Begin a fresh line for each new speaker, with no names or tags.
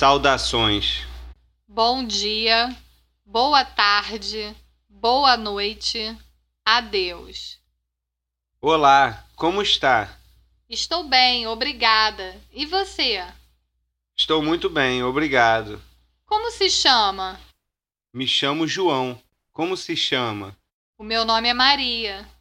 Saudações.
Bom dia, boa tarde, boa noite, adeus.
Olá, como está?
Estou bem, obrigada. E você?
Estou muito bem, obrigado.
Como se chama?
Me chamo João. Como se chama?
O meu nome é Maria.